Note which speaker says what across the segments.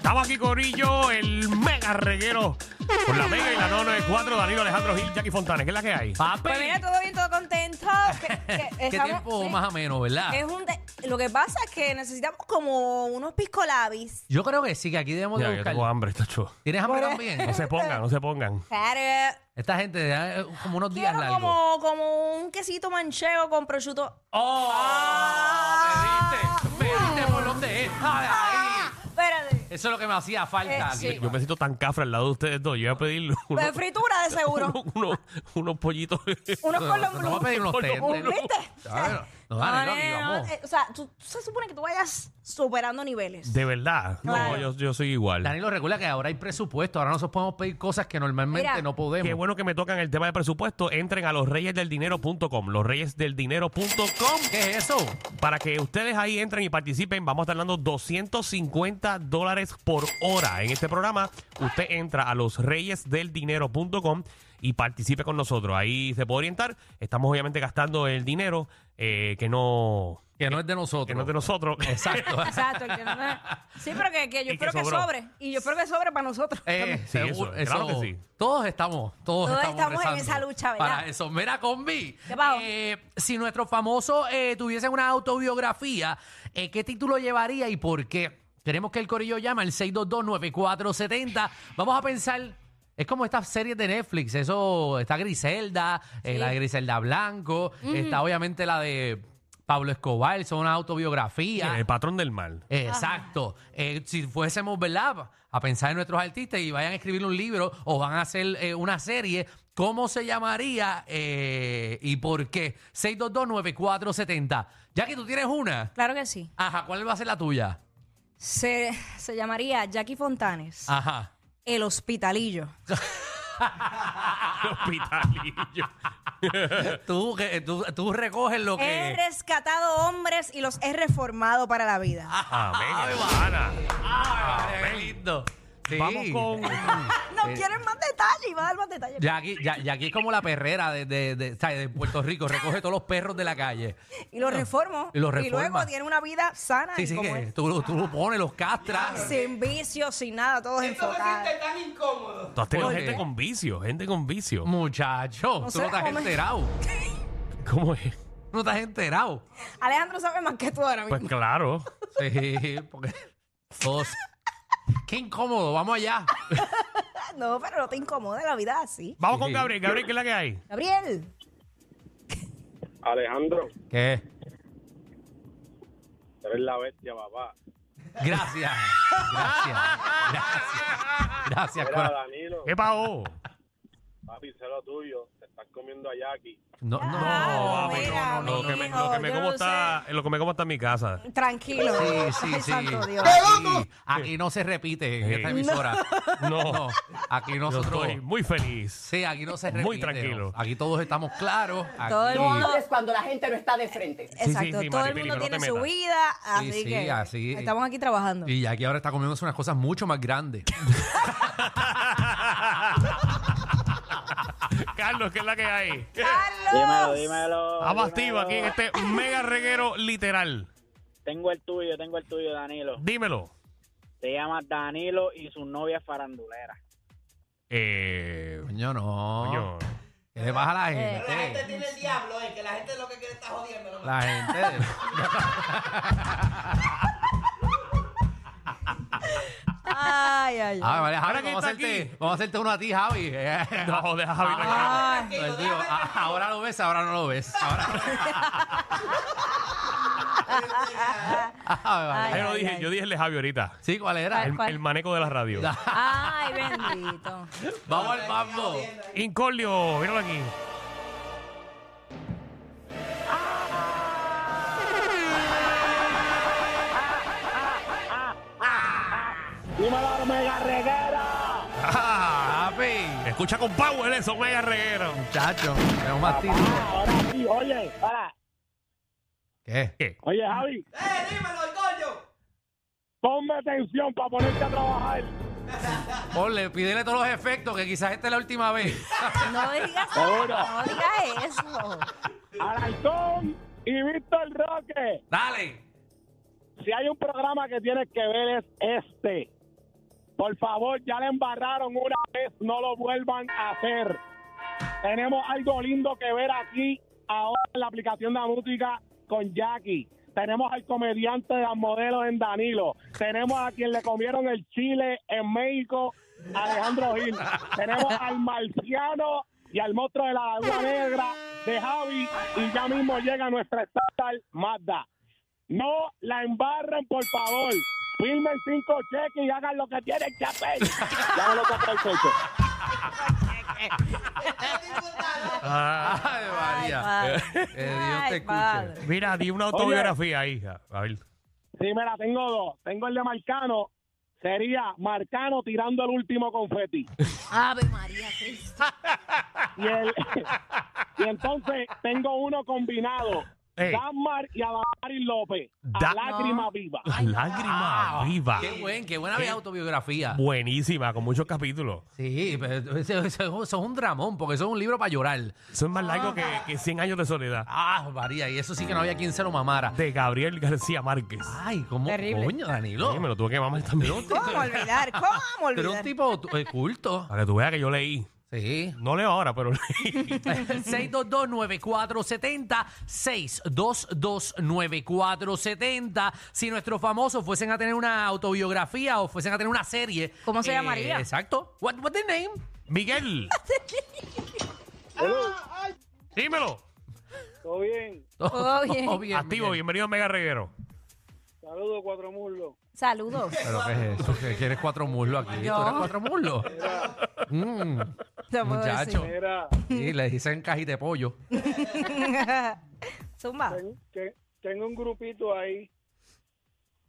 Speaker 1: Estaba aquí Corillo, el mega reguero. Por la mega y la 994, Danilo Alejandro Gil, Jackie Fontanes. ¿Qué es la que hay?
Speaker 2: Papi,
Speaker 3: Pues mira, todo bien, todo contento. Que, que
Speaker 2: qué
Speaker 3: estamos-
Speaker 2: tiempo
Speaker 3: sí.
Speaker 2: más o menos, ¿verdad?
Speaker 3: Es un de- lo que pasa es que necesitamos como unos piscolabis.
Speaker 2: Yo creo que sí, que aquí debemos
Speaker 1: Ya,
Speaker 2: de
Speaker 1: yo
Speaker 2: buscar.
Speaker 1: tengo hambre, tacho.
Speaker 2: ¿Tienes hambre también?
Speaker 1: No se pongan, no se pongan.
Speaker 3: Claro.
Speaker 2: Esta gente da eh, como unos días
Speaker 3: Quiero
Speaker 2: largos.
Speaker 3: como, como un quesito manchego con prosciutto.
Speaker 2: ¡Oh! me diste, me diste por donde es. Ah, ahí.
Speaker 3: Espérate.
Speaker 2: Eso es lo que me hacía falta
Speaker 3: Eh,
Speaker 2: aquí.
Speaker 3: sí.
Speaker 1: Yo me siento tan cafra al lado de ustedes dos. Yo voy a pedir unos,
Speaker 3: Pues fritura de seguro.
Speaker 1: unos, unos- unos pollitos.
Speaker 3: unos
Speaker 2: No, no,
Speaker 3: cordon
Speaker 2: no, no va a pedir unos
Speaker 1: Cordon
Speaker 2: tenders.
Speaker 1: bleu.
Speaker 3: ¿Viste?
Speaker 2: Claro. No,
Speaker 3: No,
Speaker 2: Danilo,
Speaker 3: no,
Speaker 2: aquí
Speaker 3: no,
Speaker 2: vamos.
Speaker 3: eh, O sea, tú, tú se supone que tú vayas superando niveles.
Speaker 1: De verdad. No,
Speaker 3: Claro.
Speaker 1: yo, yo soy igual.
Speaker 2: Danilo, recuerda que ahora hay presupuesto. Ahora nosotros podemos pedir cosas que normalmente
Speaker 3: Mira.
Speaker 2: no podemos.
Speaker 1: Qué bueno que me tocan el tema de presupuesto. Entren a losreyesdeldinero.com, losreyesdeldinero.com,
Speaker 2: ¿Qué es eso?
Speaker 1: para que ustedes ahí entren y participen. Vamos a estar dando 250 dólares por hora en este programa. Usted entra a losreyesdeldinero.com y participe con nosotros. Ahí se puede orientar. Estamos obviamente gastando el dinero eh, que, no,
Speaker 2: Que no es de nosotros.
Speaker 1: que no es de nosotros.
Speaker 2: Exacto.
Speaker 3: Exacto. el que no me- Sí, pero que, que
Speaker 1: Y
Speaker 3: yo
Speaker 1: que
Speaker 3: espero que,
Speaker 1: sobró.
Speaker 3: sobre. Y yo espero que sobre para nosotros.
Speaker 2: Eh,
Speaker 1: Sí, eso, claro que sí.
Speaker 2: Todos estamos, todos,
Speaker 3: Todos estamos
Speaker 2: rezando
Speaker 3: en esa lucha, ¿verdad?
Speaker 2: Para eso, mira, combi.
Speaker 3: ¿Qué pasó?
Speaker 2: Eh, si nuestros famosos eh, tuviesen una autobiografía, eh, ¿qué título llevaría y por qué? Queremos que el corillo llame al 622-9470. Vamos a pensar, es como estas series de Netflix, eso está Griselda, eh, la de Griselda Blanco, está obviamente la de Pablo Escobar, son una autobiografía.
Speaker 1: El patrón del mal.
Speaker 2: Exacto. Eh, si fuésemos, ¿verdad? A pensar en nuestros artistas y vayan a escribir un libro o van a hacer eh, una serie, ¿cómo se llamaría eh, y por qué? 6229470. Jackie, tú tienes una.
Speaker 3: Claro que sí.
Speaker 2: Ajá, ¿cuál va a ser la tuya?
Speaker 3: Se, se llamaría Jackie Fontanes.
Speaker 2: Ajá.
Speaker 3: El hospitalillo.
Speaker 2: Ah,
Speaker 1: Hospitalillo.
Speaker 2: Tú, que- eh, tú, tú recoges lo
Speaker 3: He
Speaker 2: que...
Speaker 3: rescatado hombres y los he reformado para la vida.
Speaker 2: Ah,
Speaker 1: Amén,
Speaker 2: Ave
Speaker 1: hermana.
Speaker 2: Ah, qué lindo. Sí.
Speaker 1: Vamos con.
Speaker 3: Ah, No quieren más detalles, va a dar más detalles.
Speaker 2: Jackie, Ya- Jackie es como la perrera de, de- de- ¿sabes? de Puerto Rico, recoge todos los perros de la calle.
Speaker 3: Y los reformo.
Speaker 2: Y los
Speaker 3: luego
Speaker 2: reforma.
Speaker 3: tienen una vida sana
Speaker 2: Sí,
Speaker 3: y
Speaker 2: sí,
Speaker 3: como
Speaker 2: que Ah.
Speaker 3: es.
Speaker 2: tú, tú lo pones, los castras.
Speaker 3: Sin vicios, sin nada, todos enfocados.
Speaker 1: Tú has tenido
Speaker 2: ¿Por qué?
Speaker 1: gente con vicio, gente con vicio.
Speaker 2: Muchacho, tú
Speaker 3: sé
Speaker 2: no estás
Speaker 3: cómo es.
Speaker 2: enterado.
Speaker 1: ¿Cómo es?
Speaker 2: No estás enterado.
Speaker 3: Alejandro sabe más que tú ahora
Speaker 1: Pues
Speaker 3: mismo.
Speaker 1: claro.
Speaker 2: Sí, porque. Todos. Qué incómodo, vamos allá.
Speaker 3: No, pero no te incomoda la vida así.
Speaker 1: Vamos con Gabriel. Gabriel, ¿qué es la que hay?
Speaker 3: Gabriel,
Speaker 4: Alejandro,
Speaker 2: ¿Qué?
Speaker 4: eres la bestia, papá.
Speaker 2: Gracias. Gracias. Gracias. Gracias,
Speaker 4: Era
Speaker 2: cora-
Speaker 4: Danilo,
Speaker 1: ¿Qué pasó?
Speaker 4: papi, sé lo tuyo. Te estás comiendo a Jackie.
Speaker 2: No, no.
Speaker 3: Ah,
Speaker 1: papi,
Speaker 3: mira,
Speaker 1: Lo que me,
Speaker 3: amigo,
Speaker 1: lo que me
Speaker 3: yo
Speaker 1: como
Speaker 3: no
Speaker 1: está, lo que me como está en mi casa.
Speaker 3: tranquilo.
Speaker 2: Sí, sí,
Speaker 3: Ay,
Speaker 2: sí.
Speaker 3: santo Dios.
Speaker 2: Aquí, aquí no se repite en esta emisora.
Speaker 1: No.
Speaker 2: No, aquí
Speaker 1: Yo
Speaker 2: nosotros.
Speaker 1: estoy muy feliz.
Speaker 2: Sí, aquí no se repite.
Speaker 1: Muy tranquilo.
Speaker 2: Aquí todos estamos claros. Aquí-
Speaker 3: Todo el
Speaker 5: No
Speaker 3: mundo-
Speaker 5: hables cuando la gente no está de frente.
Speaker 1: sí,
Speaker 3: Exacto,
Speaker 1: sí,
Speaker 3: todo el
Speaker 1: Maripili,
Speaker 3: mundo
Speaker 1: pero no te
Speaker 3: tiene su
Speaker 1: metas.
Speaker 3: vida, así
Speaker 2: sí,
Speaker 3: que
Speaker 2: así-
Speaker 3: estamos aquí trabajando.
Speaker 2: Y aquí ahora está comiéndose unas cosas mucho más grandes.
Speaker 1: Carlos, ¿qué es la que hay?
Speaker 3: ¡Carlos!
Speaker 4: dímelo.
Speaker 1: Vamos activo Ah, aquí en este mega reguero literal.
Speaker 4: Tengo el tuyo, tengo el tuyo, Danilo.
Speaker 1: Dímelo.
Speaker 4: Te llamas Danilo y su novia es farandulera.
Speaker 1: Eh,
Speaker 2: Coño, no.
Speaker 1: coño.
Speaker 2: ¿Qué le pasa a la
Speaker 3: Eh.
Speaker 2: gente?
Speaker 6: La gente tiene el diablo, es que la gente lo que quiere está jodiendo. ¿no?
Speaker 2: La gente.
Speaker 3: Ay, ay,
Speaker 2: A ver,
Speaker 1: Ahora
Speaker 2: María, Javi,
Speaker 1: que
Speaker 2: vamos a,
Speaker 1: está
Speaker 2: hacerte,
Speaker 1: aquí.
Speaker 2: vamos a hacerte uno a ti, Javi.
Speaker 1: No, deja a Javi tranquilo.
Speaker 3: ay.
Speaker 2: Todo el tío, ah, ahora lo ves, ahora no lo ves. Ahora... Ah, vale.
Speaker 1: Yo, no
Speaker 3: ay,
Speaker 1: dije,
Speaker 3: ay.
Speaker 1: yo dije el de Javi ahorita.
Speaker 2: Sí, ¿cuál era?
Speaker 3: Ay.
Speaker 1: El,
Speaker 3: ¿Cuál?
Speaker 1: el maneco de la radio.
Speaker 3: Ay, bendito.
Speaker 2: Vamos al mambo.
Speaker 1: Incordio, míralo aquí.
Speaker 4: ¡Dímelo, mega reguera!
Speaker 2: Ah, Javi.
Speaker 1: Escucha con power eso, mega reguero.
Speaker 2: Muchacho, tenemos más títulos.
Speaker 4: Ahora sí, oye, para.
Speaker 2: ¿Qué?
Speaker 1: ¿Qué?
Speaker 4: Oye, Javi,
Speaker 6: ¡Eh, dímelo, coño!
Speaker 4: ponme atención para ponerte a trabajar.
Speaker 2: Ponle, pídele todos los efectos, que quizás esta es la última vez.
Speaker 3: No digas,
Speaker 4: Seguro.
Speaker 3: no digas eso.
Speaker 4: Alarcón y Víctor Roque.
Speaker 2: Dale.
Speaker 4: Si hay un programa que tienes que ver es este. Por favor, ya le embarraron una vez, no lo vuelvan a hacer. Tenemos algo lindo que ver aquí ahora en la aplicación de la música con Jackie. Tenemos al comediante de las modelos en Danilo. Tenemos a quien le comieron el chile en México, Alejandro Gil. Tenemos al marciano y al monstruo de la laguna negra de Javi. Y ya mismo llega nuestra estatal Mazda. No la embarren, por favor. Firmen cinco cheques y hagan lo que tienen que hacer. Ya me lo compré el pecho.
Speaker 1: Ah.
Speaker 2: Ay, María.
Speaker 3: padre.
Speaker 2: Que Eh, Dios te
Speaker 3: Ay, padre.
Speaker 2: escuche.
Speaker 1: Mira, di una autobiografía ahí, hija. A ver.
Speaker 4: Sí, me la tengo dos. Tengo el de Marcano. Sería Marcano tirando el último confeti.
Speaker 3: Ave María Cristo.
Speaker 4: Y, el- y entonces tengo uno combinado.
Speaker 1: Ey.
Speaker 4: Danmar y Adamari López. A
Speaker 1: Da-
Speaker 4: lágrima
Speaker 3: No.
Speaker 4: viva.
Speaker 1: Lágrima
Speaker 2: Ah,
Speaker 1: viva.
Speaker 2: Qué buen, qué buena autobiografía.
Speaker 1: Buenísima, con muchos capítulos.
Speaker 2: Sí, pero eso, eso- eso es un dramón, porque eso es un libro para llorar.
Speaker 1: Eso es más largo que, que 100 años de soledad.
Speaker 2: Ah, María, y eso sí que no había quien se lo mamara.
Speaker 1: De Gabriel García Márquez.
Speaker 2: Ay, ¿cómo
Speaker 3: Terrible.
Speaker 2: coño, Danilo?
Speaker 1: Sí, me lo tuve que mamar también.
Speaker 3: ¿Cómo olvidar? ¿Cómo
Speaker 2: Tú eres un
Speaker 3: olvidar?
Speaker 2: tipo eh, culto.
Speaker 1: Para que tú veas que yo leí.
Speaker 2: Sí.
Speaker 1: No leo ahora, pero leí.
Speaker 2: 622-9470, 622-9470. Si nuestros famosos fuesen a tener una autobiografía o fuesen a tener una serie. Eh,
Speaker 3: ¿Cómo se llamaría?
Speaker 2: Exacto. What, what the name?
Speaker 1: Miguel, dímelo.
Speaker 4: Todo bien.
Speaker 3: Todo bien.
Speaker 2: Todo
Speaker 1: Activo,
Speaker 2: Miguel.
Speaker 1: bienvenido a Mega Reguero.
Speaker 4: Saludos, cuatro muslos.
Speaker 3: Saludos.
Speaker 2: Pero ¿qué es eso? ¿Qué quieres cuatro muslos aquí? ¿Tú eres cuatro muslos? Mm,
Speaker 3: Te puedo
Speaker 2: muchacho.
Speaker 3: decir.
Speaker 4: Mira,
Speaker 2: Sí, le dicen cajita de pollo.
Speaker 4: Ah.
Speaker 3: Zumba.
Speaker 4: tengo un grupito ahí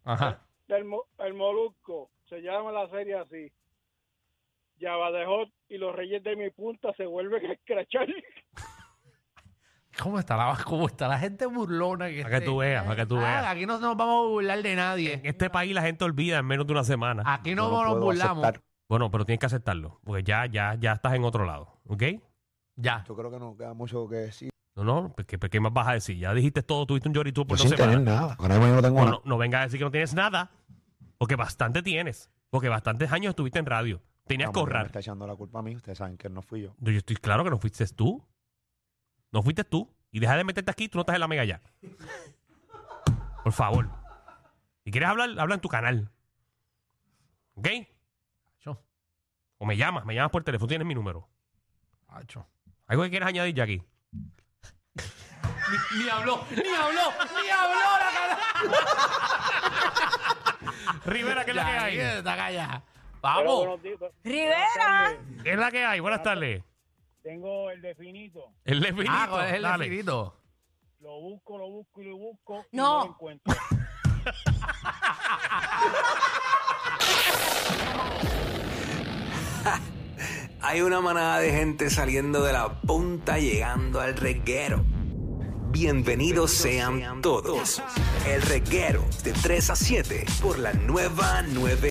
Speaker 2: Ajá.
Speaker 4: del el Molusco. Se llama la serie así. Yabadejot y los reyes de mi punta se vuelven a escrachar.
Speaker 2: ¿Cómo está la, cómo está la gente burlona? Que
Speaker 1: Para que
Speaker 2: este-
Speaker 1: tú veas, para que tú
Speaker 2: Ah,
Speaker 1: veas.
Speaker 2: aquí no nos vamos a burlar de
Speaker 1: En
Speaker 2: nadie.
Speaker 1: este país la gente olvida en menos de una semana.
Speaker 2: Aquí no, nos burlamos.
Speaker 1: Bueno, pero tienes que aceptarlo, porque ya, ya, ya estás en otro lado, ¿ok?
Speaker 2: Ya.
Speaker 7: Yo creo que no queda mucho que decir.
Speaker 1: No, no, ¿qué, qué- qué más vas a decir? Ya dijiste todo, tuviste un llorito por
Speaker 7: Yo
Speaker 1: dos
Speaker 7: Pues sin tener
Speaker 1: semanas.
Speaker 7: nada. Ahora mismo yo no tengo
Speaker 1: No,
Speaker 7: nada.
Speaker 1: no, no vengas a decir que no tienes nada, porque bastante tienes, porque bastantes años estuviste en radio, tenías
Speaker 7: No,
Speaker 1: que
Speaker 7: porque Me
Speaker 1: ahorrar.
Speaker 7: está echando la culpa a mí. Ustedes saben que no fui yo.
Speaker 1: No, Yo estoy claro que no fuiste tú. No fuiste tú. Y deja de meterte aquí, tú no estás en la mega ya. Por favor. Si quieres hablar, habla en tu canal. ¿Ok?
Speaker 2: Acho,
Speaker 1: O me llamas, me llamas por teléfono, tienes mi número.
Speaker 2: acho.
Speaker 1: ¿Algo que quieras añadir, Jackie?
Speaker 2: Ni, ni habló, ni habló, ni habló la cara.
Speaker 1: Rivera, ¿qué es la que
Speaker 2: Ya,
Speaker 1: hay?
Speaker 2: eh, Está callada. Vamos. Ah,
Speaker 3: Rivera.
Speaker 1: ¿Qué es la que hay? Buenas tardes.
Speaker 4: Tengo el definito.
Speaker 1: El definito.
Speaker 2: Ah, ¿cuál es el
Speaker 1: Dale.
Speaker 2: definito?
Speaker 4: Lo busco, lo busco y lo busco.
Speaker 3: y No. no lo
Speaker 4: encuentro.
Speaker 8: Hay una manada de gente saliendo de la punta llegando al reguero. Bienvenidos sean todos. El reguero de 3 a 7 por la nueva 9.